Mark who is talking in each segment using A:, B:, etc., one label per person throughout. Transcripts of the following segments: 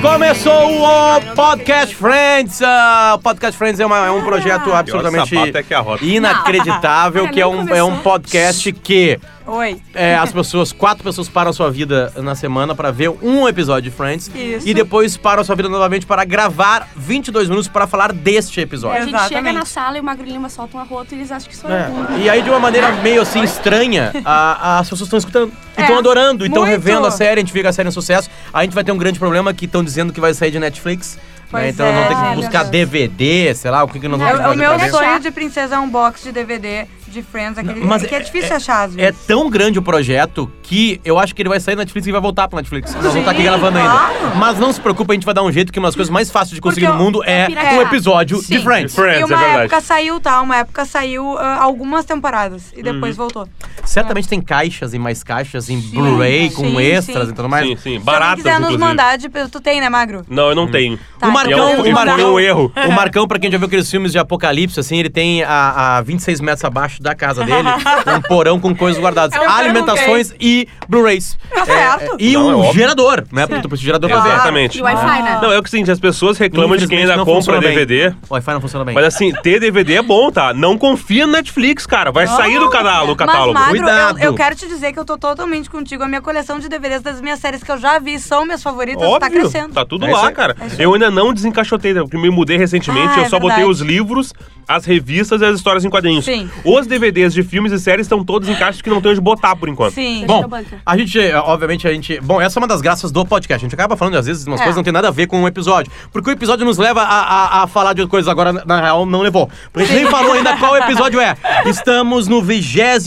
A: Começou o Podcast Friends! Ah, O Podcast Friends é, uma- é um projeto absolutamente
B: sapato é que arrota.
A: inacreditável,
C: Não.
A: que é um, é um
C: Começou.
A: podcast que
C: Oi.
A: é, as pessoas, quatro pessoas param sua vida na semana pra ver um episódio de Friends
C: Isso.
A: e depois param sua vida novamente para gravar 22 minutos para falar deste
C: É,
A: episódio.
D: A gente chega
C: Exatamente.
D: na sala e o Magro Lima solta um arroto e eles acham que sou eu. né?
A: É, E aí, de uma maneira meio assim estranha, a- as pessoas estão escutando. E estão
C: É,
A: adorando, e estão
C: muito.
A: revendo a série, a gente vê que a série é um sucesso. A gente vai ter um grande problema que estão dizendo que vai sair de Netflix. né?
C: Pois
A: Então nós vamos ter que
C: é,
A: buscar
D: meu Deus.
A: DVD, sei lá, o que, que nós
C: É,
A: vamos ter que
C: o- o
A: fazer
C: meu
A: pra ver.
C: sonho de princesa é um box de DVD de Friends, aquele
A: Mas
C: que é,
A: é-
C: difícil achar às
A: É
C: vezes.
A: tão grande o projeto que eu acho que ele vai sair na Netflix e vai voltar pra Netflix. Nós vamos estar aqui
C: Sim,
A: gravando ainda.
C: claro.
A: Mas não se preocupa, a gente vai dar um jeito que uma das coisas mais fáceis de conseguir
C: Porque
A: no mundo é
D: piratear.
A: um episódio de
D: Sim.
A: Friends.
B: Friends,
C: e
B: é
C: uma
B: verdade.
C: época saiu, tá? Uma época saiu ah, algumas temporadas e depois
B: Uhum.
C: voltou.
A: Certamente tem caixas e mais caixas em
C: Sim,
A: Blu-ray com
C: sim,
A: extras
C: sim.
A: e tudo mais.
B: sim, sim.
C: Se alguém
B: Baratas,
C: quiser nos
B: inclusive.
C: mandar, de, tu tem, né, Magro?
B: Não,
A: Hum.
B: eu não tenho.
C: Tá,
A: o
B: E é um-
A: Marcão, o
B: e
C: então eu vou
B: foi
A: Marcão,
B: um erro.
A: O Marcão, pra quem já viu aqueles filmes de apocalipse, assim, ele tem a, a 26 metros abaixo da casa dele, um porão com coisas guardadas.
C: É Eu perguntei.
A: Alimentações e Blu-rays.
C: Tá certo.
A: E
B: Não, é
A: um
B: óbvio.
A: gerador, né? Porque tu precisa de gerador pra ver.
B: Exatamente.
D: E o Wi-Fi, né?
B: Não, é o que seguinte, as pessoas reclamam de quem
A: Infelizmente,
B: ainda
A: não
B: compra
A: funciona bem.
B: DVD.
A: O Wi-Fi não funciona bem.
B: Mas assim, ter DVD é bom, tá? Não confia no Netflix, cara. Vai sair do canal, do catálogo.
C: Oh, Mas, Magro, eu-
A: Cuidado.
C: eu, quero te dizer que eu tô totalmente contigo. A minha coleção de DVDs das minhas séries que eu já vi são minhas favoritas, tá
B: Óbvio,
C: crescendo.
B: tá tudo
A: É isso
B: lá,
A: aí.
B: cara. eu ainda não desencaixotei, né, porque me mudei recentemente,
C: Ah,
B: eu
C: é
B: só botei
C: verdade.
B: os livros, as revistas e as histórias em quadrinhos.
C: Sim.
B: Os DVDs de filmes e séries estão todos em caixas que não tem onde botar por enquanto.
C: Sim.
A: Bom,
D: Tira a banca.
A: a gente, eh, obviamente, a gente. Bom, essa é uma das graças do podcast. A gente acaba falando, às vezes, de umas
C: É.
A: coisas que não tem nada a ver com o episódio. Porque o episódio nos leva a, a, a falar de coisas agora, na real, não levou. Porque a gente nem falou ainda qual episódio é. Estamos no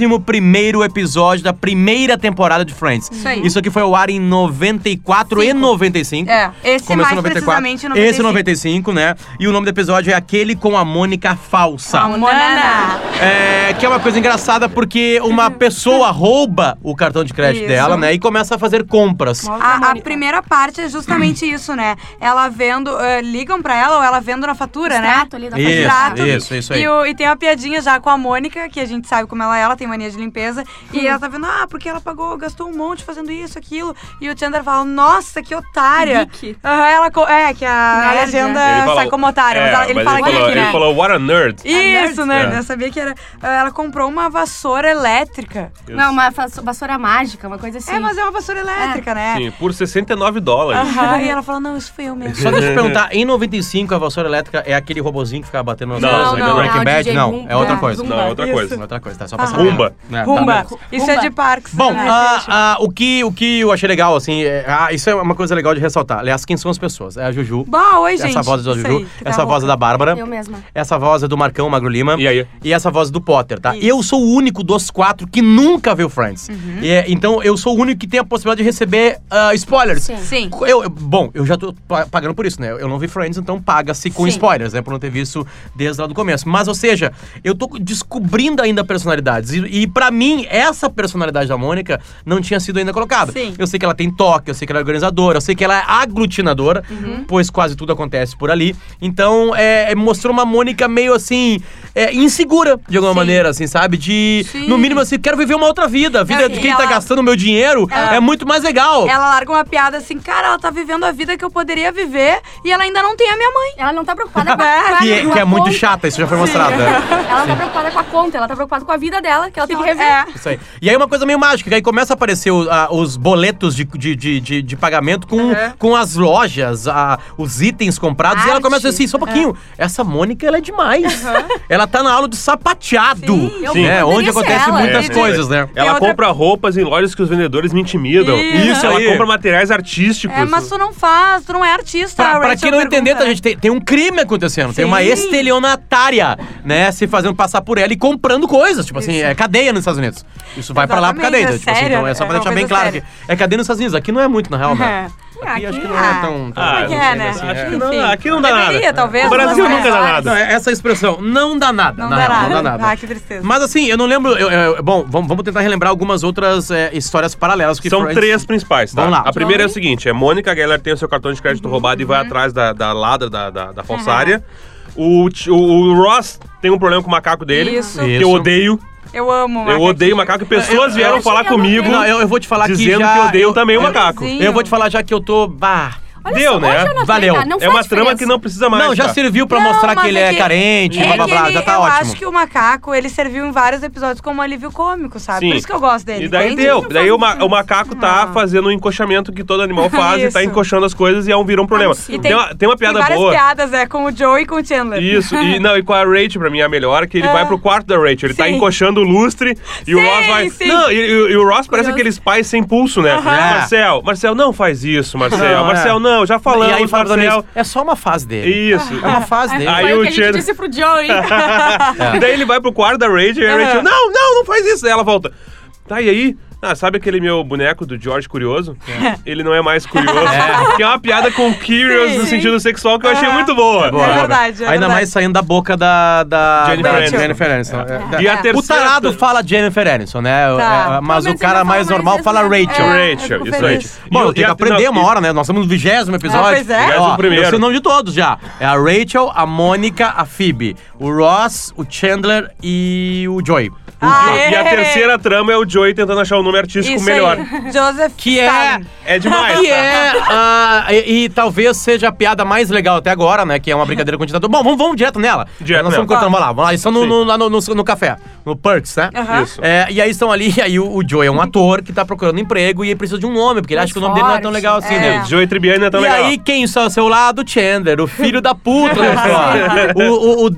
A: 21 episódio da primeira temporada de Friends.
C: Isso aí.
A: aqui foi ao ar em 94 e 95.
C: É, esse
A: Começou
C: mais
A: em 94.
C: precisamente em
A: Esse 95, né? E o nome do episódio é Aquele com a Mônica Falsa.
C: A Monana.
A: É, que é uma coisa engraçada porque uma pessoa rouba o cartão de crédito
C: Uhum. Isso.
A: dela, né? E começa a fazer compras.
D: Mó-
C: A- A,
D: Mônica.
C: primeira parte é justamente isso, né? Ela vendo, eh, ligam pra ela ou ela vendo na fatura,
D: Extrato
C: né?
D: ali da
A: Isso,
C: Extrato.
A: isso,
B: É
A: isso aí.
C: E, o- e tem uma piadinha já com a Mônica, que a gente sabe como ela é, ela tem mania de limpeza. E ela tá vendo, ah, porque ela pagou, gastou um monte fazendo isso, aquilo. E o Chandler fala, nossa, que otária.
D: Que geek.
C: Aham, ela, co- é, que né? a
D: Nerd,
C: legenda
B: Ele fala-
C: sai como otária, mas
B: É,
C: ela- ele
B: mas
C: fala
B: ele falou,
C: geek, né?
B: ele falou, what a nerd.
C: Isso, né?
B: É.
C: Eu sabia que era. eh, Ela comprou uma vassoura elétrica.
D: Não, uma vasso- vassoura mágica, uma coisa assim.
C: É, mas é uma vassoura elétrica, né?
B: Sim, por 69 dólares.
C: Aham, e ela falou, não, isso fui eu mesmo.
A: Só deixa eu te perguntar, em 95 a vassoura elétrica é aquele robozinho que ficava batendo nas
B: Não,
A: coisas
B: não,
A: do Breaking
D: não,
A: Bad?
D: DJ
A: Não,
D: Bumba.
A: é outra
D: Não,
A: coisa.
B: Não, é outra
C: Isso.
A: É
B: coisa.
A: outra coisa, tá? Só pra
C: Aham.
A: saber.
B: Rumba.
A: É, tá
C: Rumba.
A: bom.
C: Isso é de Parks.
A: Bom,
C: né?
A: ah, ah, o, que, o que eu achei legal, assim, é- ah, isso é uma coisa legal de ressaltar. Aliás, quem são as pessoas? É a Juju.
C: Bah, oi, gente.
A: essa voz da
C: Isso
A: Juju,
C: aí, que tá
A: essa voz é
C: rouca.
A: da Bárbara.
D: Eu mesma.
A: Essa voz é do Marcão Magro Lima.
B: E aí?
A: E essa voz é do Potter, tá?
C: Isso.
A: Eu sou o único dos quatro que nunca viu Friends. E é, então, eu sou o único que tem a possibilidade de receber ah, spoilers.
D: Sim.
C: Sim.
A: Eu, eu- bom, eu já tô pa- pagando por isso, né? Eu não vi Friends, então paga-se com
D: Sim.
A: spoilers, né? Por não ter visto desde lá do começo. Mas, ou seja, eu tô descobrindo ainda personalidades. E, e para mim, essa personalidade da Mônica não tinha sido ainda colocada.
C: Sim.
A: Eu sei que ela tem toque, eu sei que ela é organizadora, eu sei que ela é aglutinadora,
C: Uhum.
A: pois quase tudo acontece por ali. Então, é, é, mostrou uma Mônica meio assim, é, insegura, de alguma maneira, assim, sabe? De,
C: Sim.
A: no mínimo, assim, quero viver uma outra vida. A vida
C: Ela-
A: de quem tá
C: ela-
A: gastando meu dinheiro é muito mais legal.
C: Ela larga uma piada assim, cara, ela tá vivendo a vida que eu poderia viver e ela ainda não tem a minha mãe.
D: Ela não tá preocupada com
C: Que
D: a
A: Que é,
D: com a
A: que é muito
D: conta.
A: chata, isso já foi mostrado. né?
D: Ela não tá preocupada com a conta, ela tá preocupada com a vida dela, que ela tem que rever.
C: É.
A: Isso aí. E aí uma coisa meio mágica, que aí começa a aparecer o- a- os boletos de, de, de, de- de pagamento com, com as lojas, a- os itens comprados, e ela
D: Arte.
A: começa assim, só um pouquinho, essa Mônica, ela é demais. Ela tá na aula de sapateado,
D: eu
A: né,
D: poderia
A: onde
D: ser
A: acontecem
D: ela.
A: muitas
B: É,
A: coisas, né?
B: Ela
C: outra-
B: compra roupas em lojas que os vendedores me intimidam.
C: Ih,
A: Isso
B: Ela
A: aí.
B: compra materiais artísticos.
C: É, mas tu não faz, tu não é artista.
A: Pra,
C: a
A: pra
C: Rachel
A: quem não
C: pergunta,
A: entender, tá,
C: né?
A: gente? Tem, tem um crime acontecendo. Tem uma
C: Sim.
A: estelionatária, né? Se fazendo passar por ela e comprando coisas. Tipo assim, é cadeia nos Estados Unidos. Isso vai pra lá pra
C: Exatamente,
A: cadeia.
C: é
A: tipo assim,
C: sério,
A: então é só
C: é
A: pra
C: uma
A: deixar bem
C: coisa
A: claro que
C: séria.
A: é cadeia nos Estados Unidos. Aqui não é muito, na real, né?
C: É.
A: Aqui, acho que não
C: ah.
A: é tão. tão
B: Ah,
C: Como é que
A: assim,
C: é,
A: né?
C: né?
A: Assim, é.
B: Acho que não,
C: Enfim.
B: aqui não dá
C: Deveria,
B: nada.
C: talvez,
B: O Brasil
C: mas
B: nunca dá
C: não é.
A: Não,
B: nada.
A: é- essa expressão, não dá nada.
C: Não
A: na
C: dá
A: real,
C: nada.
A: Não dá nada.
C: Ah, que tristeza.
A: Mas assim, eu não lembro. eu- eu- bom, vamos vamos tentar relembrar algumas outras é, histórias paralelas que
B: São
A: Friends-
B: três principais, tá?
A: Vamos lá.
B: A primeira é o seguinte: é Mônica Geller tem o seu cartão de crédito
C: Uhum.
B: roubado e vai atrás da, da ladra, da, da, da falsária. O, ti- o, o Ross tem um problema com o macaco dele,
C: Isso.
B: que
A: Isso.
B: eu odeio.
C: Eu amo
B: Eu odeio macaco e pessoas vieram
D: eu
B: falar
D: achei que eu não
B: comigo
A: Não, eu, eu vou te falar que
B: dizendo
A: já-
B: que odeiam também o macaco.
C: Sim.
A: Eu vou te falar já que eu tô. Bah.
D: Olha
B: Deu,
D: só,
B: né?
D: hoje eu notei,
A: Valeu.
D: tá? Não
B: é uma trama
D: faz diferença.
B: que não precisa mais.
A: não, já
B: tá?
A: serviu pra
C: Não,
A: mostrar que
C: mas
A: ele
C: é
A: é,
C: que-
A: carente,
C: É
A: blá blá
C: que
A: blá,
C: ele-
A: já tá
C: eu
A: ótimo.
C: acho que o macaco, ele serviu em vários episódios como um alívio cômico, sabe?
B: Sim.
C: Por isso que eu gosto dele.
B: E daí
C: entende?
B: deu.
C: Não
B: Daí
C: faz
B: o, ma-
C: muito
B: o macaco tá
C: Ah.
B: fazendo o encoxamento que todo animal faz e tá
C: Isso.
B: encoxando as coisas e é um virou um problema.
D: Ah, sim.
B: Tem,
D: E
C: tem-
B: uma, tem uma
C: Tem
B: piada
C: várias
B: boa.
C: piadas, é, com o Joe e com o Chandler.
B: Isso, e, não, e com a Rachel, pra mim, é a melhor, que ele vai pro quarto da Rachel. Ele tá
C: Sim.
B: encoxando o lustre e o
C: Sim,
B: Ross vai.
C: sim.
B: Não, e, e- e o Ross parece aqueles pais sem pulso, né?
A: É.
B: Marcel, Marcel, não faz isso, Marcel.
A: Não, é.
B: Marcel, não, já falamos,
A: e aí fala pra mim,
B: Marcel.
A: é só uma fase dele.
B: Isso.
A: É uma fase dele.
B: Aí
D: Foi
B: o
D: o que a gente
B: Chandler-
D: disse pro Joey.
B: E daí ele vai pro quarto da Rachel e a Rachel,
C: É. Aham.
B: não, não, não faz isso. Daí ela volta. Tá, e aí? Ah, sabe aquele meu boneco do George Curioso? Ele não é mais curioso.
A: É.
B: Que é uma piada com curious
C: Sim.
B: no sentido sexual que eu achei
C: Aham.
B: muito boa.
A: Boa,
C: É
A: boa.
C: verdade, é
A: Ainda
C: verdade.
A: mais saindo da boca da, da
B: Jennifer
A: da
B: Aniston.
A: Jennifer Aniston. É.
B: E a terceira...
A: O tarado fala Jennifer Aniston, né?
C: Tá.
A: É, mas
D: Pelo
A: o
D: menos ele
A: cara
D: fala
A: mais
D: mais
A: normal
D: vezes,
A: fala
D: né?
A: Rachel.
D: É.
B: Rachel,
C: eu fico
B: isso aí.
C: feliz.
B: E
A: Bom,
B: o-
A: eu
B: e
A: tenho
B: a-
A: que aprender
B: não,
A: uma
B: e-
A: hora, né? Nós estamos no vigésimo episódio.
C: Ah, pois é.
A: Ó,
B: Vigésimo primeiro.
A: Eu sei o nome de todos já. É a Rachel, a Mônica, a Phoebe, o Ross, o Chandler e o Joey. O Joey.
C: Aê!
B: E a terceira trama é o Joey tentando achar o nome artístico
C: Ah, Isso
B: melhor.
C: aí. Joseph
A: Que é...
C: Stalin.
B: É demais.
A: Que
B: tá?
A: é, ah, e, e talvez seja a piada mais legal até agora, né? Que é uma brincadeira com o ditador. Bom, vamos, vamos direto nela.
B: Direto
A: Nós estamos
B: nela.
A: cortando, vamos lá. Vamos lá, eles estão no,
B: Sim.
A: no, lá no, no- no café, no Perks, né?
C: Aham.
B: Isso.
A: É, e aí estão ali, e aí o, o Joey é um ator que tá procurando emprego e ele precisa de um nome, porque ele acha que o nome dele não é tão
D: forte.
A: legal assim,
C: É.
A: né?
B: Joey Tribbiani é tão
A: e
B: legal.
A: aí, quem está ao seu lado? Chandler, o filho da puta da história. O, o- o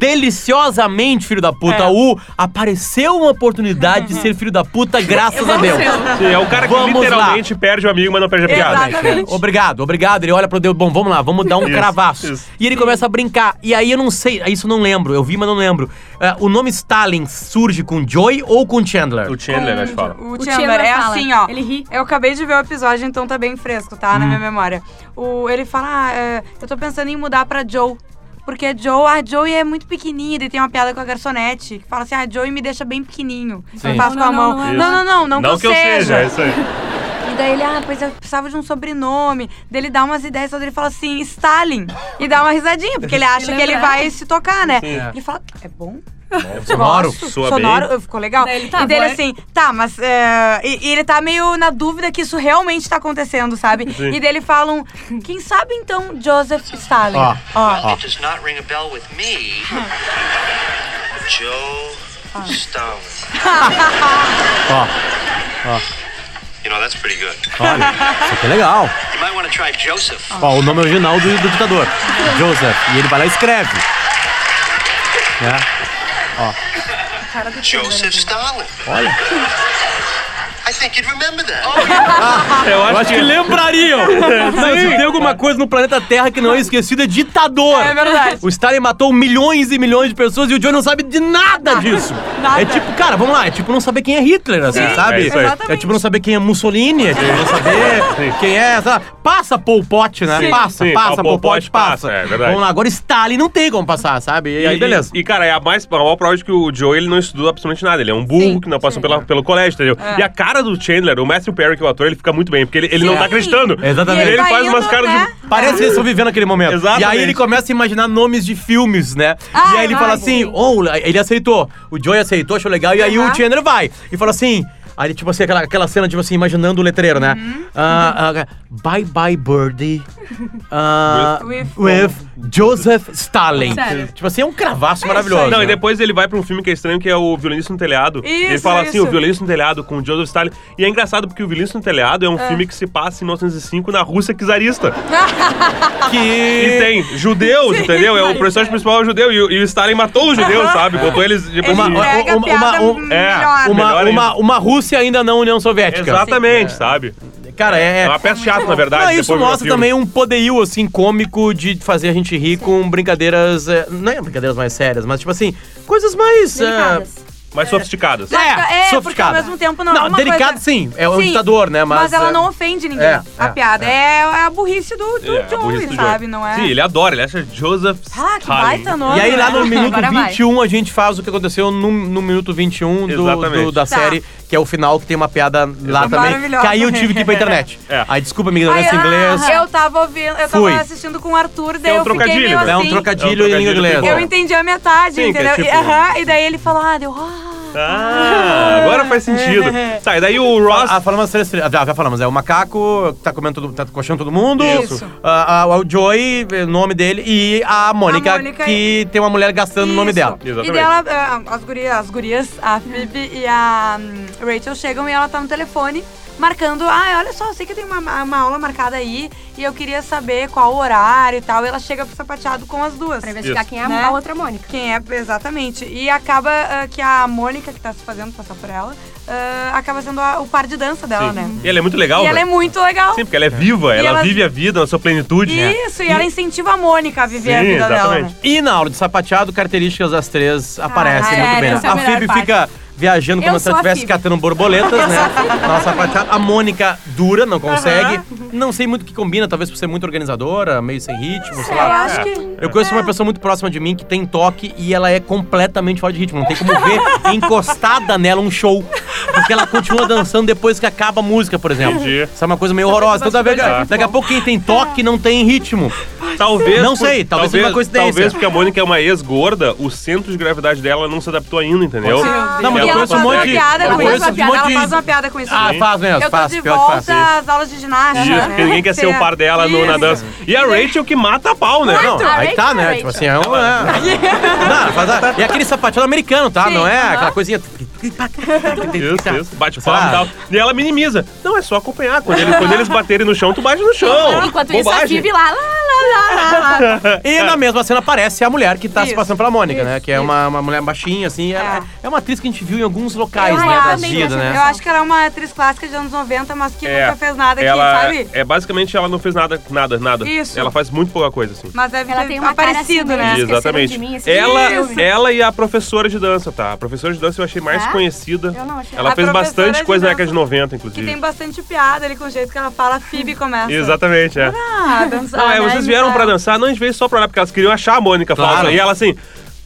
A: deliciosamente filho da puta. O apareceu uma oportunidade de ser filho da puta, graças a Deus.
B: Sim, é o cara que
A: Vamos lá.
B: literalmente perde o amigo, mas não perde a piada.
C: Exatamente.
A: Obrigado, obrigado. Ele olha pro Deus, bom, vamos lá, vamos dar um
B: Isso,
A: cravaço.
B: isso.
A: E ele começa a brincar. E aí eu não sei, ah, isso eu não lembro, eu vi, mas não lembro. É, o nome Stalin surge com Joy ou com Chandler?
B: O Chandler, acho que fala.
C: O
D: O
C: Chandler
D: Chandler
C: é
D: fala,
C: assim, ó.
D: ele ri.
C: Eu acabei de ver o episódio, então tá bem fresco, tá?
B: Hum.
C: Na minha memória. O, ele fala, ah, é, eu tô pensando em mudar pra Joe. Porque Joe, a Joey é muito pequenininha, e tem uma piada com a garçonete, que fala assim, ah, Joey me deixa bem pequenininho. Então
A: Sim.
C: Eu faço
D: Não,
C: com a
D: não,
C: mão.
D: não, é
C: Não,
D: não,
C: não, não, não,
B: Não que eu seja, é isso aí.
C: E daí ele, ah, pois eu precisava de um sobrenome. Daí ele dá umas ideias, só ele fala assim, Stalin. E dá uma risadinha, porque ele acha que ele
D: lembra.
C: vai se tocar, né?
B: Sim.
C: Ele fala, é bom?
A: Sonoro?
C: Gosto.
B: Soa
C: sonoro,
B: bem.
C: ficou legal.
D: Daí ele tá,
C: e dele
D: vai.
C: assim, tá, mas. é, e, e ele tá meio na dúvida que isso realmente tá acontecendo, sabe?
B: Sim.
C: E dele falam, quem sabe então Joseph Stalin?
A: Ó,
C: Ó.
E: It does not ring a bell with me. Joe Stone.
A: Ó,
E: You know, that's pretty good.
A: olha, isso aqui é legal.
E: You might want to try Joseph.
A: Ó, o nome original do, do ditador, Joseph. E ele vai lá e escreve. Né?
E: Joseph Stalin.
A: Olha.
E: I think you'd remember that.
B: Eu acho,
A: Eu acho que lembrariam.
B: É,
A: Não, se tem alguma coisa no planeta Terra que não é esquecida, é ditador.
C: É verdade.
A: O Stalin matou milhões e milhões de pessoas e o Joey não sabe de nada disso.
C: Nada.
A: É tipo, cara, vamos lá, é tipo não saber quem é Hitler, assim,
B: Sim, é
A: sabe?
B: isso aí.
A: É tipo não saber quem é Mussolini, é tipo não saber quem é, sabe? Passa Pol Pot, né?
B: Sim,
A: passa,
B: sim,
A: passa, Pol Pot, passa.
B: é verdade.
A: vamos lá, agora Stalin não tem como passar, sabe? E aí, beleza.
B: E, cara, é a mais a maior prova de que o Joe ele não estudou absolutamente nada. Ele é um burro
C: Sim, É.
B: que não passou pela, pelo colégio, entendeu? E a cara do Chandler, o Matthew Perry, que é o ator, ele fica muito bem, porque ele, ele não tá acreditando.
A: É, Exatamente.
B: E ele,
A: Ele
C: vai
B: faz umas
C: indo,
B: caras
C: né?
B: de.
A: Parece que eles estão vivendo aquele momento.
B: Exatamente.
A: E aí ele começa a imaginar nomes de filmes, né? e aí ele
C: Ah, vai,
A: fala assim, ou ele aceitou. O Joey aceitou, achou legal. E aí o
C: Aham.
A: Chandler vai. E fala assim. Aí, tipo assim, aquela, aquela cena, tipo assim, imaginando o letreiro, né?
C: Uhum.
A: Ah, ah, bye bye Birdie. ah,
C: With-
A: with Joseph Stalin.
D: Sério.
A: Tipo assim, é um cravaço maravilhoso.
B: Não, e
A: né?
B: depois ele vai pra um filme que é estranho, que é o Violinista no Telhado.
C: Isso,
B: ele fala assim,
C: isso.
B: o Violinista no Telhado com o Joseph Stalin. E é engraçado porque o Violinista no Telhado é um filme que se passa em 1905 na Rússia czarista. E
A: que...
B: tem judeus, entendeu? É, o personagem principal é judeu. E, o- e o Stalin matou os judeus, sabe? Botou eles... tipo,
C: Ele é
B: assim,
A: uma-
C: entrega
A: uma-
C: a
A: uma-
C: piada
A: um-
C: melhor.
B: é,
A: Uma,
B: Melhor
A: uma, uma Rússia ainda não União Soviética. assim.
B: Exatamente, sabe?
A: Cara, é...
B: É uma peça chata, na verdade.
A: Não, isso
B: depois virou
A: mostra
B: filme.
A: também um poderio, assim, cômico de fazer a gente rir com brincadeiras. eh, Não é brincadeiras mais sérias, mas tipo assim, coisas mais. eh,
D: Delicadas.
B: Mas sofisticadas.
A: É,
C: É, porque ao
A: sofisticada.
C: mesmo tempo não, é uma
A: delicado
C: coisa-
A: sim, é um
C: Sim,
A: ditador, né? Mas,
C: Mas, ela
A: eh,
C: não ofende ninguém.
A: é,
C: a
A: é,
C: piada é, é a burrice do, do
B: É, a burrice
C: Joey,
B: do Joey.
C: sabe? Não é?
B: Sim, ele adora, ele acha Joseph
C: Ah, que
B: Stalin.
C: baita nome.
A: E aí lá no
C: né?
A: minuto
D: Agora vai.
A: 21 a gente faz o que aconteceu no, no minuto 21 do,
B: Exatamente.
A: do- da
C: Tá.
A: série, que é o final, que tem uma piada lá também.
C: Maravilhosa.
A: Que aí eu tive que ir pra internet.
B: É.
A: Aí desculpa minha ignorância em
C: Ai,
A: inglês.
C: ah, Eu tava ouvindo, eu
A: Fui.
C: tava assistindo com o Arthur, daí
B: um
C: eu fiquei
B: trocadilho,
C: meio
B: né?
C: assim.
A: É um trocadilho em
B: trocadilho
A: inglês.
B: que
C: Eu
B: Bom.
C: entendi a metade,
B: Sim, que é
C: entendeu? E,
B: tipo-
C: aham, e daí ele falou, ah, deu, ah.
B: Ah, agora faz sentido. Tá, e daí o Ross.
A: Ah, falamos as três trilhas. Já, já falamos. É o macaco, que tá comendo todo, tá coxando todo mundo.
C: Isso.
A: Ah, ah, o Joey, o nome dele. E a Mônica,
C: Mônica
A: que tem uma mulher gastando o nome
C: Isso.
A: dela.
B: Exatamente.
C: E dela, eh, as gurias, as gurias, a Phoebe e a hum, Rachel chegam e ela tá no telefone marcando, ah, olha só, eu sei que tem uma, uma aula marcada aí e eu queria saber qual o horário e tal. E ela chega pro sapateado com as duas.
D: Pra investigar
B: Isso.
D: quem é a,
C: Né?
D: a outra Mônica.
C: Quem é, exatamente. E acaba ah, que a Mônica, que tá se fazendo passar por ela, ah, acaba sendo a- o par de dança dela,
B: Sim.
C: né?
B: E ela é muito legal,
C: E ela é
B: velho.
C: muito legal.
B: Sim, porque ela é viva, ela,
C: ela-
B: vive a vida na sua plenitude.
C: Isso, e, ela incentiva a Mônica a viver a
B: Sim,
C: vida dela.
B: né? exatamente.
C: Né?
A: E na aula de sapateado, características das três aparecem
C: sério,
A: muito bem. né?
D: essa Ah, é a
A: a
D: melhor
A: Phoebe
D: parte.
A: fica viajando como
D: Eu
A: se ela
D: sou a
A: estivesse
D: Phoebe.
A: catando borboletas, né? Na sapateado. A Mônica dura, não consegue. Não sei muito o que combina, talvez por ser muito organizadora, meio sem ritmo, sei
C: Eu
A: lá.
C: acho que.
A: Eu conheço uma pessoa muito próxima de mim que tem toque e ela é completamente fora de ritmo. Não tem como ver encostada nela um show. Porque ela continua dançando depois que acaba a música, por exemplo.
B: Entendi.
A: Isso é uma coisa meio horrorosa. Toda vez,
B: Tá.
A: daqui a pouco quem tem toque não tem ritmo.
C: né?
B: Talvez.
A: Não sei, talvez seja uma coincidência.
B: Talvez porque a Mônica é uma ex-gorda, o centro de gravidade dela não se adaptou ainda, entendeu?
A: Pode ser.
C: Ah,
A: Não, mas eu
C: e ela
A: conheço
C: faz
A: um monte
C: uma
A: de-
C: piada
A: eu
C: com
A: conheço
C: isso.
A: um monte
C: Ela
A: de-
C: faz uma piada com isso.
A: Ah,
C: também.
A: faz mesmo,
C: Eu tô
A: faz.
C: de
A: pior que faz.
C: volta às aulas de ginástica.
B: Isso,
C: né?
B: porque ninguém quer ser o par dela no, na
C: Isso.
B: dança. E a Rachel que mata a pau, né?
A: Não,
C: Ah,
D: A
A: aí
D: Rachel
A: tá,
D: é a
A: né? Tipo assim,
D: Rachel.
A: é um. É, não, faz a- e aquele sapateado americano, tá?
C: Sim,
A: não é
C: aham.
A: aquela coisinha.
B: Isso, isso. Bate
A: Sei lá.
B: palma e tal. E ela minimiza. Não, é só acompanhar. Quando, ele- quando eles baterem no chão, tu bate no chão.
D: Enquanto isso, a
B: Bobagem.
D: Vivi lá, lá, lá, lá, lá, lá.
A: E na mesma cena aparece a mulher que tá se
C: Isso,
A: passando pela Mônica, né?
C: isso,
A: Que é uma, uma mulher baixinha, assim. ela- É. uma atriz que a gente viu em alguns
C: É
A: locais,
C: um
D: Ah,
A: né?
D: eu
A: Da
D: também
A: vida,
D: acho
A: né?
C: Eu acho que ela é uma atriz clássica de anos 90, mas que
B: É,
C: nunca fez nada
B: ela,
C: que, sabe?
B: É, basicamente, ela não fez nada, nada, nada.
C: Isso.
B: Ela faz muito pouca coisa, assim.
C: Mas deve
D: Ela
C: ter
D: tem uma cara
C: aparecido,
D: assim,
C: né?
D: meio- Esqueceram
B: Exatamente.
D: de mim, esse
B: ela,
D: filme.
B: ela e a professora de dança, tá? A professora de dança eu achei mais
D: É?
B: conhecida.
D: Eu não achei.
B: Ela
C: A
B: fez
C: professora
B: bastante
C: de
B: coisa na
C: dança.
B: década de 90,
C: Que
B: inclusive.
C: tem bastante piada ali com o jeito que ela fala, a Phoebe começa.
B: Exatamente, é.
C: Ah, dançar.
B: Não, é,
C: né?
B: vocês vieram pra dançar, não, a gente veio só pra olhar, porque elas queriam achar a Mônica
A: Claro.
B: falsa. E ela assim.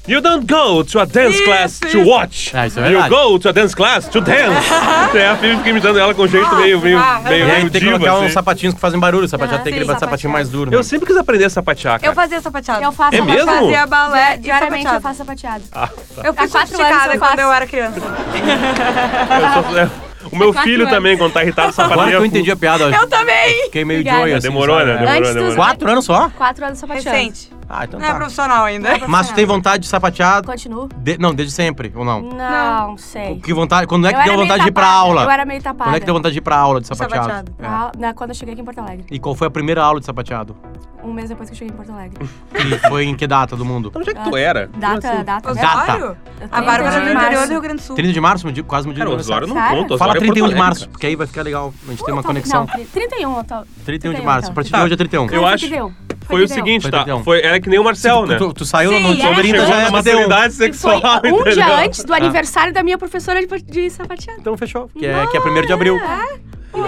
B: You don't go to a dance
C: Isso,
B: class to
C: isso.
B: watch.
A: Ah, isso é
B: you
A: verdade.
B: go to a dance class to dance. é, a Phoebe fica imitando ela com um jeito meio, meio,
C: ah,
B: meio,
A: E aí
B: meio
A: tem que
B: diva,
A: colocar
B: assim.
A: uns sapatinhos que fazem barulho. O sapateado
C: Ah,
A: tem que
C: sim,
A: levar sapatinho
D: sapateado.
A: mais duro. né?
B: Eu sempre quis aprender a sapatear, cara.
C: Eu fazia sapateado.
D: Eu faço
B: É
D: sapateado.
B: mesmo?
C: fazia balé
D: Diariamente eu
C: sapateado.
D: faço sapateado.
B: Ah.
C: Eu fui
D: Há quatro anos
C: sofisticada
D: eu
C: quando
D: faço.
C: eu era criança.
B: Eu sou- é, o meu
D: quatro
B: filho
D: anos.
B: também, quando tá irritado,
A: Agora que
B: sapateia.
A: eu entendi a piada, eu
C: Eu também!
A: fiquei meio
D: Obrigada.
A: joia. Assim,
B: Demorou,
A: sabe?
B: né? Demorou,
D: Antes dos-
B: demorou.
A: Quatro anos só?
D: Quatro anos sapateando.
C: Recente.
A: Ah, então
C: Não é
A: tá.
C: profissional ainda.
A: Mas tu tem vontade de sapateado?
D: Continuo?
A: De- não, desde sempre, ou não?
D: Não, sei.
A: Que vontade, quando é
D: Hum. Eu
A: que deu
D: era meio
A: vontade de ir pra
D: tapada.
A: aula?
D: Eu era meio tapada.
A: Quando é que deu vontade de ir pra aula de sapateado?
C: Sapateado.
A: É.
D: Ah, na- quando eu cheguei aqui em Porto Alegre.
A: E qual foi a primeira aula de sapateado?
D: Um mês depois que eu cheguei em Porto Alegre.
A: E foi em que data do mundo?
B: Onde é que tu era?
D: Data,
B: assim?
D: data. né?
A: Data.
C: Osório?
D: Eu
C: assim? A
D: tenho
C: Bárbara é
D: entendi
C: do interior
D: março.
C: do Rio Grande do Sul.
A: 30 de março, me digo, quase me digo.
B: Cara, o
A: meu aniversário.
B: Osório não
D: Sério?
B: conta. Osório
A: Fala
B: é Porto
A: 31 de
B: Alegre,
A: março,
B: cara.
A: porque aí vai ficar legal. A gente tem
D: Não,
A: uma
D: tá-
A: conexão.
D: Não, tri- 31, eu tô...
A: 31 de março, a partir de
D: então.
B: Tá.
A: hoje é 31.
B: Eu
D: Foi
B: acho-
D: 31.
B: Foi o
D: 31.
B: seguinte,
A: Foi
B: tá?
A: 31.
B: Foi, era que nem o Marcel, né?
A: Tu, tu saiu
D: Sim,
A: no
D: é.
A: sobrinho,
B: Chegou
A: já é
B: na maturidade
D: Que Foi
B: sexual,
D: um dia
B: entendeu? Ah.
D: antes do aniversário da minha professora de, de sapateado.
A: Então fechou, que é, que é 1 de abril.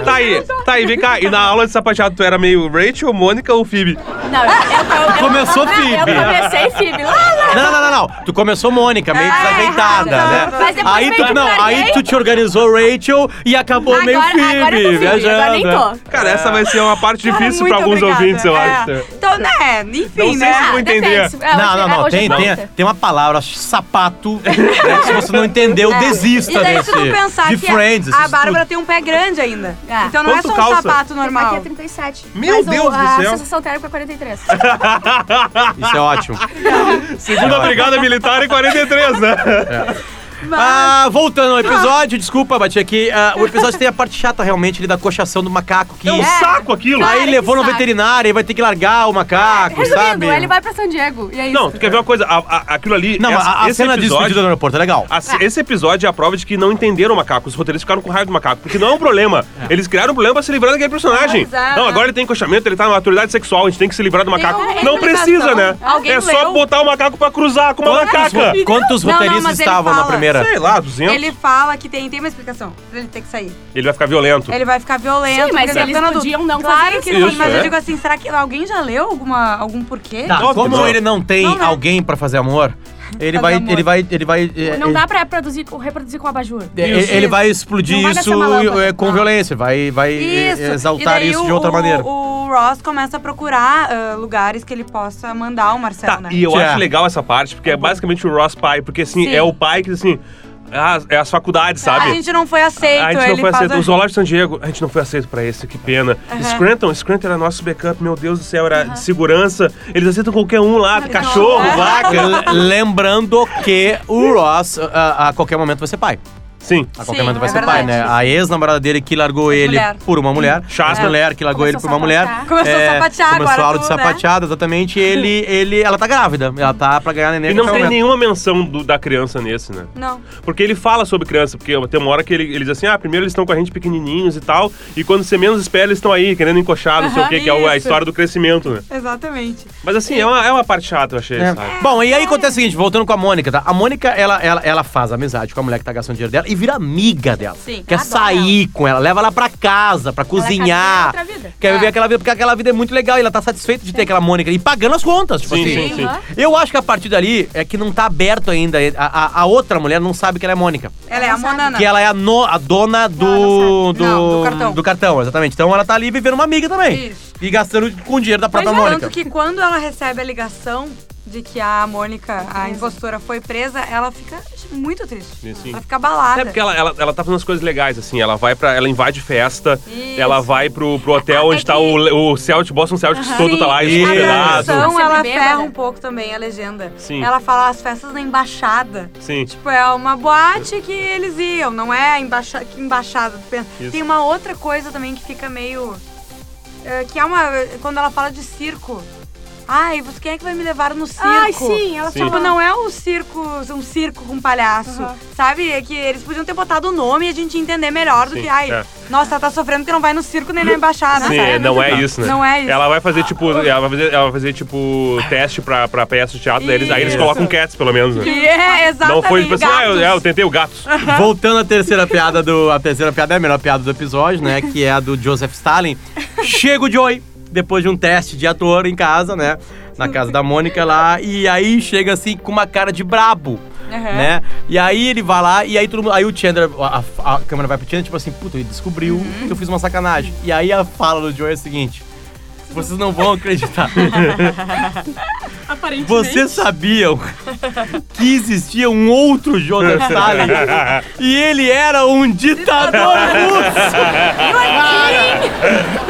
B: Tá aí, tá aí, vem cá. E na aula de sapateado, tu era meio Rachel, Mônica ou Phoebe?
D: Não, eu, eu, eu,
A: Começou
D: eu
A: Phoebe.
D: comecei, Phoebe. Lá, lá.
A: Não, não, não, não. Tu começou Mônica, meio
C: É,
A: desajeitada,
C: não,
A: né?
C: mas
D: Ah, depois
A: aí
D: meio
A: tu
D: que
A: não,
D: larguei.
A: aí tu te organizou Rachel e acabou
D: Agora,
A: meio Phoebe,
D: agora eu tô Phoebe, agora nem
A: viajando.
D: tô.
B: Cara, essa vai ser uma parte
C: Cara,
B: difícil
C: muito
B: pra alguns
C: obrigada.
B: ouvintes, eu
C: É.
B: acho.
C: Então, né?
B: Não
C: Enfim,
B: sei
C: né?
B: se vou entender.
D: Depende.
A: Não,
D: É, hoje-
A: não,
D: é,
A: não.
D: hoje
A: Tem, tem,
D: conta.
A: tem uma palavra, sapato. né, que se você
B: É.
A: não entendeu, desista
C: E daí
A: desse.
C: tu não pensar
A: de
C: que
A: Friends,
C: a, a
A: esses
C: Bárbara
A: tudo.
C: tem um pé grande ainda.
D: É.
C: Então não é
B: Quanto
C: só um
B: calça?
C: sapato
D: Aqui
C: normal.
D: é 37.
B: Meu
D: mas
B: Deus
D: o,
B: do
D: a
B: céu.
D: sensação térmica é 43.
A: Isso é ótimo.
B: Segunda Brigada Militar em 43, né?
A: Ah, voltando ao episódio, desculpa, bati aqui. Ah, o episódio tem a parte chata realmente ali da coxação do macaco que.
B: É um saco aquilo.
A: Aí
D: Cara,
A: levou
D: que
A: no
D: saco.
A: veterinário e vai ter que largar o macaco,
D: Resumindo,
A: sabe?
D: ele vai pra São Diego. E é isso.
B: Não, tu quer ver uma coisa? A- a- aquilo ali,
A: Não,
B: essa-
A: a, a
B: esse
A: cena de despedida
B: episódio...
A: no aeroporto é legal.
B: a- Esse episódio é a prova de que não entenderam o macaco. Os roteiristas ficaram com raiva do macaco. Porque não é um problema. Eles criaram um problema pra se livrar daquele personagem.
C: Pois é,
B: não,
C: né?
B: agora ele tem encoxamento, ele tá na maturidade sexual, a gente tem que se livrar do macaco.
C: alguma
B: Não precisa,
C: explicação?
B: né?
C: Alguém
B: é só
C: leu?
B: botar o macaco pra cruzar com uma macaca.
A: Quantos, quantos
C: Não, não,
A: roteiristas
C: mas ele
A: estavam na
C: fala.
A: primeira?
B: Sei lá, 200. Ele,
C: Ele fala que tem, tem uma explicação pra ele ter que sair.
B: vai ficar violento.
C: Ele vai ficar violento.
D: Sim, mas
C: porque ele
D: eles
C: tá na dúvida.
D: podiam não
C: Claro
D: fazer
C: que
B: isso.
C: sim, mas
B: Isso, é.
C: eu digo assim, será que alguém já leu alguma, algum porquê?
A: Tá,
B: Óbvio que
A: como
B: não.
A: ele não tem
C: Não, né?
A: alguém pra fazer amor, ele
C: Fazer
A: vai,
C: amor.
A: ele vai, ele vai, é,
D: Não
A: ele-
D: dá pra reproduzir, com- reproduzir com abajur.
A: é,
B: Isso.
A: ele vai explodir
D: Não vai
A: isso
D: nascer uma lâmpada.
A: é, com
D: Não.
A: violência, vai, vai
C: Isso.
A: é,
C: E
A: exaltar
C: daí
A: isso
C: o-
A: de outra
C: o-
A: maneira.
C: O Ross começa a procurar ah, lugares que ele possa mandar o Marcelo,
B: Tá,
C: né?
B: e eu
A: Tchau.
B: é acho legal essa parte, porque é basicamente o Ross pai, porque assim,
C: É Sim.
B: é o pai que diz assim. É as, é as faculdades, sabe?
C: A gente não foi aceito,
B: A gente não
C: ele
B: foi
C: faz
B: aceito.
C: a-
B: O Zoológico de San Diego, a gente não foi aceito pra esse, que pena. Scranton, Scranton era nosso backup, meu Deus do céu, era de segurança. Eles aceitam qualquer um lá, cachorro,
C: É.
B: vaca.
A: L- Lembrando que o Ross ah, a, a qualquer momento vai ser pai.
B: Sim.
A: A qualquer
C: Sim,
A: momento vai
C: é
A: ser pai, né?
C: verdade.
A: A ex-namorada dele que largou ele
C: mulher. É.
A: por uma mulher.
B: Chasma.
A: A mulher que largou ele por
D: Começou
A: uma
D: a
A: mulher. É,
D: sapatear.
C: Começou a sapatear
A: começou
C: agora
A: a aula de
C: tudo, né?
A: sapateada, exatamente. E ele, ele, ela tá grávida. Ela tá pra ganhar neném.
B: E
A: a
B: não
A: qualquer
B: tem
A: momento.
B: nenhuma menção do- da criança nesse, né?
C: Não.
B: Porque ele fala sobre criança, porque tem uma hora que ele, ele diz assim: ah, primeiro eles estão com a gente pequenininhos e tal, e quando você menos espera, eles estão aí, querendo encoxar, não sei o quê, que é o- a
C: isso.
B: história do crescimento, né?
C: Exatamente.
B: Mas assim, é uma, é uma parte chata, eu achei,
A: É.
B: sabe?
A: Bom, e aí acontece o seguinte, voltando com a Mônica, tá? A Mônica, ela, ela, ela faz amizade com a mulher que tá gastando dinheiro dela e vira amiga dela.
C: Sim,
A: Quer
C: adoro
A: sair com ela, leva ela pra casa, pra cozinhar.
D: casa, é outra vida.
A: Quer viver
C: É.
A: aquela vida, porque aquela vida é muito legal e ela tá satisfeita de ter aquela Mônica e pagando as contas, tipo
B: Sim,
A: assim.
B: sim, sim.
D: Aham.
A: Eu acho que a partir dali é que não tá aberto ainda. A, a- a outra mulher não sabe que ela é Mônica.
C: Ela é a
D: Ela sabe.
C: Monana.
A: Que ela é a, no- a dona do.
D: não
A: do,
C: Não, do cartão.
A: do cartão, exatamente. Então ela tá ali vivendo uma amiga também.
C: Isso.
A: E gastando com o dinheiro da
C: Pois
A: própria
C: é,
A: Mônica.
C: tanto que quando ela recebe a ligação de que a Mônica, a impostora, foi presa, ela fica muito triste.
B: Sim.
C: Ela fica abalada.
B: É porque ela, ela, ela tá fazendo as coisas legais, assim. Ela vai pra. Ela invade festa,
C: Isso.
B: ela vai pro, pro hotel
D: Ah,
B: onde
D: é
B: tá
D: que-
B: o, o Celtic, Boston Celtics todo tá lá
A: Sim.
C: A
B: escopelado.
A: Exato.
C: tradução, ela
D: Sempre bêbada.
C: ferra um pouco também a legenda.
B: Sim.
C: Ela fala as festas na embaixada.
B: Sim.
C: Tipo, é uma boate que eles iam, não é a embaixa... que embaixada. tu pensa.
B: Isso.
C: Tem uma outra coisa também que fica meio. é, que é uma. Quando ela fala de circo. Ai, você quem é que vai me levar no circo?
D: Ai, sim, ela
B: Sim.
D: fala.
C: Tipo, não é um circo, um circo com palhaço,
D: Aham.
C: sabe? É que eles podiam ter botado o nome e a gente ia entender melhor do
B: Sim,
C: que, ai,
B: é.
C: nossa, ela tá sofrendo porque não vai no circo nem na embaixada.
B: Sim,
C: sabe?
B: não é isso, né?
C: Não é isso. Ah.
B: Ela vai fazer, tipo, ela vai fazer, ela vai fazer tipo, teste pra, pra peça de teatro, daí eles, aí eles
A: Isso.
B: colocam cats, pelo menos, né?
C: Que é, exatamente.
B: Não foi tipo assim, ah, eu,
C: gatos. Ah.
B: é, eu tentei o gato.
A: Voltando à terceira piada do. A terceira piada é a melhor piada do episódio, né? Que é a do Joseph Stalin. Chega o Joey, depois de um teste de ator em casa, né? Na casa da Mônica lá. E aí chega assim com uma cara de brabo. Né? E aí ele vai lá, e aí todo mundo. Aí o Chandler, a, a- a câmera vai pro Chandler, tipo assim, puta, ele descobriu que eu fiz uma sacanagem. E aí a fala do Joey é a seguinte: vocês não vão acreditar.
D: Aparentemente.
A: Vocês sabiam que existia um outro Joseph Stalin e ele era um ditador russo?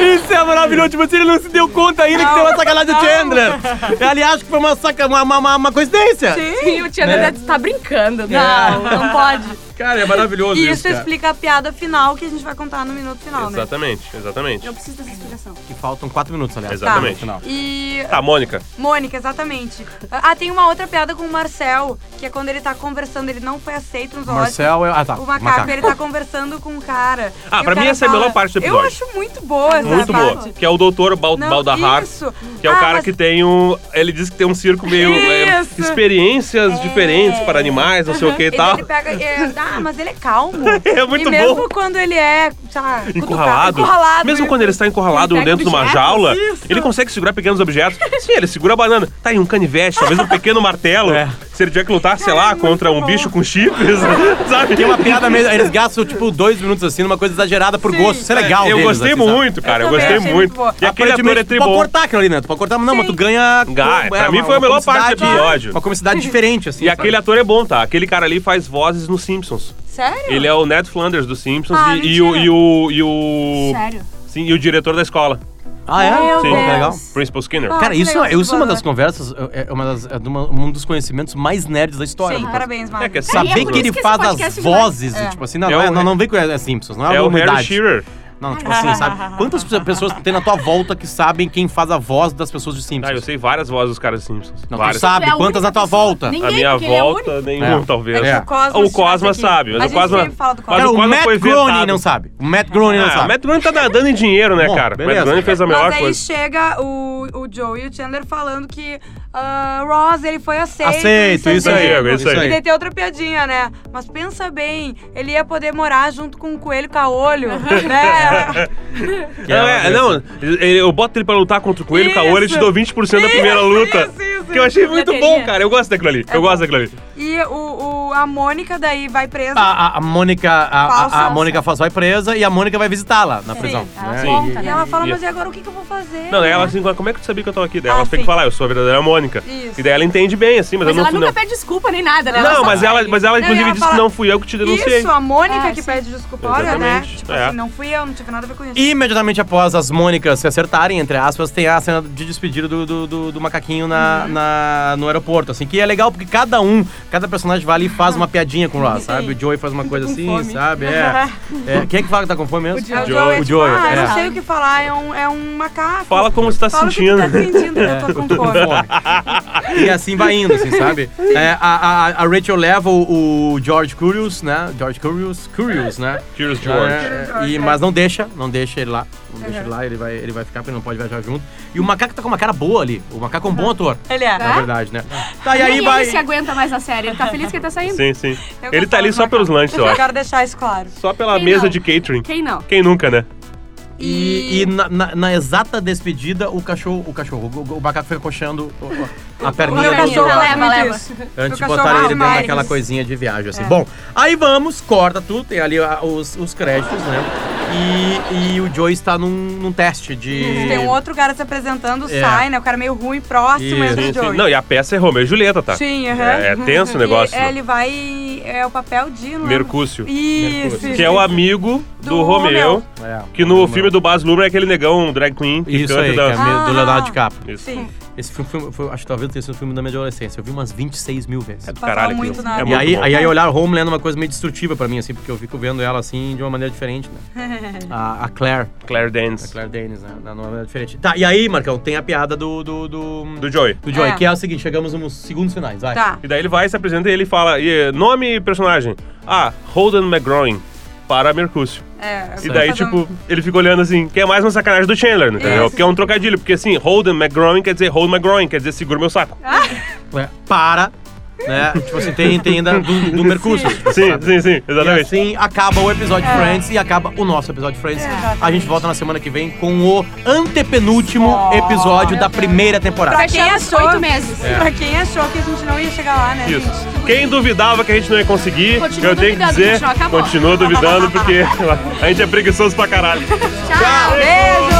A: Isso é maravilhoso, tipo assim, ele não se deu conta ainda que tem uma sacanagem do Chandler. Aliás, que foi uma, saca, uma, uma, uma- uma coincidência.
D: Sim, o Tiana
A: Né?
D: deve tá brincando. né?
C: Não, não pode.
A: Cara, é maravilhoso
C: E isso explica a piada final que a gente vai contar no minuto final, né?
B: Exatamente, exatamente.
D: Eu preciso dessa explicação.
A: Que faltam quatro minutos, aliás.
C: Tá.
B: Exatamente.
C: E
B: Tá, Mônica.
C: Mônica, exatamente. Ah, tem uma outra piada com o Marcel, que é quando ele tá conversando, ele não foi aceito nos olhos.
A: Marcel, é- ah tá,
C: O macaco, ele tá conversando com o cara.
B: Ah,
C: E o
B: pra mim
C: cara
B: essa é a melhor
C: fala-
B: parte do
C: Eu
B: episódio.
C: acho muito boa essa
B: Muito
C: parte.
B: boa. Que é o doutor Bal
C: Não,
B: Baldahar.
C: isso.
B: Que é o
C: Ah,
B: cara
C: mas-
B: que tem um. Ele diz que tem um circo meio. é,
C: Isso. É.
B: experiências diferentes para animais, não sei o que e
C: Ele,
B: tal.
C: ele pega. é, ah, mas ele é calmo.
B: tá- É muito
C: e mesmo
B: bom.
C: quando ele é, sei lá, cutucado-
B: Encurralado.
C: encurralado
B: Mesmo quando ele está encurralado
C: é
D: Ele pega
B: dentro de uma
D: objetos,
B: jaula,
D: isso.
B: ele consegue segurar pequenos objetos. Sim, ele segura a banana. Tá aí um canivete, talvez um pequeno martelo.
A: É.
B: Se ele tiver que lutar, sei
C: é
B: lá, contra um bicho com chifres, sabe?
A: Tem uma piada mesmo, eles gastam tipo dois minutos assim numa coisa exagerada por gosto. Isso é legal,
B: Eu
A: deles,
B: gostei
A: assim, sabe?
B: muito, cara. Eu,
C: Eu também
B: gostei
C: achei
B: muito.
C: muito boa.
B: E aquele ator é
A: Aparentemente, tu
B: tri
A: pode
B: bom.
A: cortar, Carolina. Tu pode cortar, mas não, mas tu ganha.
B: Ga-
A: é,
B: pra mim
A: uma-
B: foi a
A: uma
B: melhor parte do
A: comicidade-
B: episódio.
A: Uma comicidade diferente, assim.
B: E
A: sabe?
B: aquele ator é bom, tá? Aquele cara ali faz vozes nos Simpsons.
C: Sério?
B: Ele é o Ned Flanders dos Simpsons
C: Ah,
B: e, e o. E
C: mentira.
B: o, e o
D: Sério.
B: sim, e o diretor da escola.
A: Ah, é?
C: Meu
A: Sim.
B: Deus.
A: Que legal.
B: Principal Skinner.
C: Ah,
A: Cara,
C: que
A: isso,
C: legal,
A: é- isso é uma
C: que
A: das conversas, é é uma das, é de uma- um dos conhecimentos mais nerds da história.
C: Sim,
A: do cara.
C: parabéns,
B: É
C: Marcos.
B: que é
D: E é
A: Saber
D: por
A: que
D: isso
A: ele
D: que esse
A: faz as
D: podcast vai-
A: vozes, e,
C: É.
A: tipo assim, não,
B: É
A: não é,
B: o-
A: não, não vem com é Simpsons, não é,
B: É o
A: uma
B: Harry
A: novidade.
B: Shearer.
A: Não, tipo assim, sabe? Quantas pessoas tem na tua volta que sabem quem faz a voz das pessoas de Simpsons?
B: Ah, eu sei várias vozes dos caras Simpsons.
A: Não, tu
B: várias.
A: sabe
D: É a
A: quantas
D: única
A: na tua
D: pessoa.
A: volta.
D: Nem-
B: A
D: Ninguém,
B: minha
D: porque ele é
B: volta,
D: único.
B: nenhum,
A: É.
B: talvez.
A: É.
C: o Cosma,
B: O Cosma
C: aqui.
B: sabe, mas
C: a
B: o
C: gente
B: Cosma-
C: sempre fala do Cosma.
B: Mas
A: Cara,
B: o
A: o
B: Cosma
A: Matt
B: foi
A: Groening
B: vetado.
A: não sabe. O Matt Groening não
B: Ah, o
A: sabe.
B: Matt Groening tá nadando em dinheiro, né,
A: Bom,
B: cara? O Matt
A: beleza.
B: Groening fez a melhor
C: Mas aí
B: coisa.
C: chega o, o Joe e o Chandler falando que ah, Ross, ele foi aceito.
A: Aceito,
C: em San
A: isso aí,
C: Diego.
B: Diego, isso aí.
C: E daí tem outra piadinha, né? Mas pensa bem, ele ia poder morar junto com o coelho caolho, né?
B: Não, é, não,
A: assim.
B: ele- eu boto ele pra lutar contra o coelho,
C: Isso.
B: caô, ele te dou 20% da primeira luta.
C: Isso, É isso,
B: Que eu achei
D: isso.
B: muito bom,
D: Loteria.
B: cara. Eu gosto daquilo ali. Eu gosto daquilo ali.
C: E o, o- a Mônica daí vai presa.
A: Tá, A, a- a Mônica, a,
C: Falsa.
A: a, a Mônica Falsa vai presa e a Mônica vai visitá-la na prisão.
D: ela
A: né?
D: conta,
C: e
D: né?
C: ela fala,
B: e-
C: mas e agora o que, que eu vou fazer?
B: Não, daí ela assim, como é que tu sabia que eu tava aqui? Daí
C: Ah,
B: ela tem
C: sim.
B: que falar, eu sou a verdadeira Mônica.
C: Isso.
B: E daí ela entende bem, assim, mas,
D: Mas
B: eu não
D: ela
B: fui.
D: nunca
B: Não,
D: pede desculpa nem nada, né?
B: não
D: só
B: mas, ela,
D: vai.
B: mas ela,
C: Não, e
B: inclusive,
C: ela
B: disse
C: fala,
B: que não fui eu que te denunciei.
C: Isso, a Mônica
D: Ah,
C: que
D: sim.
C: pede desculpa, olha, né?
B: Exatamente,
C: Tipo
B: é.
C: assim, não fui eu, não tive nada a ver com isso.
A: Imediatamente após as Mônicas se acertarem, entre aspas, tem a cena de despedida do, do, do- do macaquinho na, na- no aeroporto, assim, que é legal porque cada um, cada personagem vai ali e faz uma piadinha com o Ross, sabe? O Joey faz uma coisa assim,
D: fome.
A: sabe? É. É, Quem é que fala que tá com fome mesmo?
C: É
B: Joey.
C: é
A: O
C: tipo,
A: Joey,
C: ah, eu
A: é.
C: não sei o que falar, é um, é um macaco.
B: Fala como você tá
C: Fala o que
B: sentindo.
C: tu tá sentindo, eu tô com fome.
A: fome. E assim vai indo, assim, sabe? É, a, a- a Rachel leva o, o George Curious, né? George Curious, Curious, né?
B: Curious George.
A: É, é, e, mas não deixa, não deixa ele lá. Não deixa ele lá, ele vai, ele vai ficar, porque ele não pode viajar junto. E o macaco tá com uma cara boa ali. O macaco é um bom ator,
C: Ele é.
A: na verdade, né? Tá, e
D: Nem
A: aí
D: ele
A: vai.
D: se aguenta mais na série. Ele tá feliz que ele tá saindo.
B: Sim, sim.
C: Eu
B: Ele
C: gosto
B: tá ali
C: do
B: só pelos lanches, eu
C: Eu
B: acho.
C: quero deixar isso claro.
B: Só pela
D: Quem
B: mesa
D: não?
B: de catering.
D: Quem não?
B: Quem nunca, né?
A: E, e na, na- na exata despedida, o cachorro, o cachorro, o, o macaco fica coxando o- o- a
C: O
A: perninha
C: meu
A: do-
C: cachorro
D: Leva,
C: leva,
D: leva.
C: leva.
A: Antes de
C: Meu cachorro
A: botar ele dentro
C: armário.
A: daquela coisinha de viagem, assim. Bom, aí vamos, corta tudo, tem ali ah, os, os créditos, né? E, e o Joey está num, num teste de.
C: Tem um outro cara se apresentando,
A: É.
C: sai, né? O cara meio ruim, próximo,
A: Isso.
C: entra o
B: Sim, sim.
C: Joey.
B: Não, e a peça é Romeu e Julieta, tá?
C: Sim, aham.
B: É, é tenso o negócio.
C: E, é, ele vai. É o papel de. não lembro.
B: Mercúcio.
C: Isso.
B: Que é o amigo do,
C: Do
B: Romeu,
C: Romeu.
A: É,
B: que no filme do Baz Luhrmann é aquele negão drag queen que
A: Isso
B: canta
A: aí,
B: e
A: que é
B: dança.
A: meio- do Leonardo
C: Ah.
A: DiCaprio.
B: Isso.
C: Sim.
A: Esse filme, foi- foi- acho que talvez tenha sido um filme da minha adolescência. Eu vi umas 26 mil vezes.
B: É do
C: Passava
B: caralho aquilo.
C: muito na-
B: É
C: E
A: e
B: muito
A: aí,
B: bom.
A: aí, aí olhar Homeland é uma coisa meio destrutiva pra mim, assim, porque eu fico vendo ela assim de uma maneira diferente, né?
B: é
A: A, a Claire.
B: Claire
A: A
B: Danes.
A: Claire Danes, né? De uma maneira diferente. Tá, e aí, Marcão, tem a piada do. Do, do,
B: Do Joey.
A: do Joy,
C: É.
A: que é o seguinte: chegamos nos segundos finais, vai.
C: Tá.
B: E daí ele vai, se apresenta e ele fala, e, nome e personagem. Ah, Holden McGroin, para Mercúcio.
C: É, eu
B: E
C: vou
B: daí,
C: fazer um-
B: tipo, ele fica olhando assim, que é mais uma sacanagem do Chandler, entendeu?
C: Isso.
B: Porque é um trocadilho, porque assim, Holden McGroin quer dizer Hold McGroin, quer dizer segura meu saco.
D: Ah,
A: É, para, né? tipo assim, tem, tem ainda do, do Mercúcio.
B: Sim, sim, sim,
A: E
B: exatamente. É.
A: assim acaba o episódio Friends e acaba o nosso episódio Friends. A gente volta na semana que vem com o antepenúltimo episódio da primeira temporada.
C: Pra quem
D: Fechamos
C: achou-
D: oito meses.
C: Pra quem achou que a gente não ia chegar lá, né,
B: Isso.
C: gente?
B: Quem duvidava que a gente não ia conseguir,
D: assim- Continua
B: eu tenho que
D: duvidando,
B: dizer,
D: gente, não acabou.
B: continua duvidando, porque a gente é preguiçow pra caralho.
C: Tchau, beijo!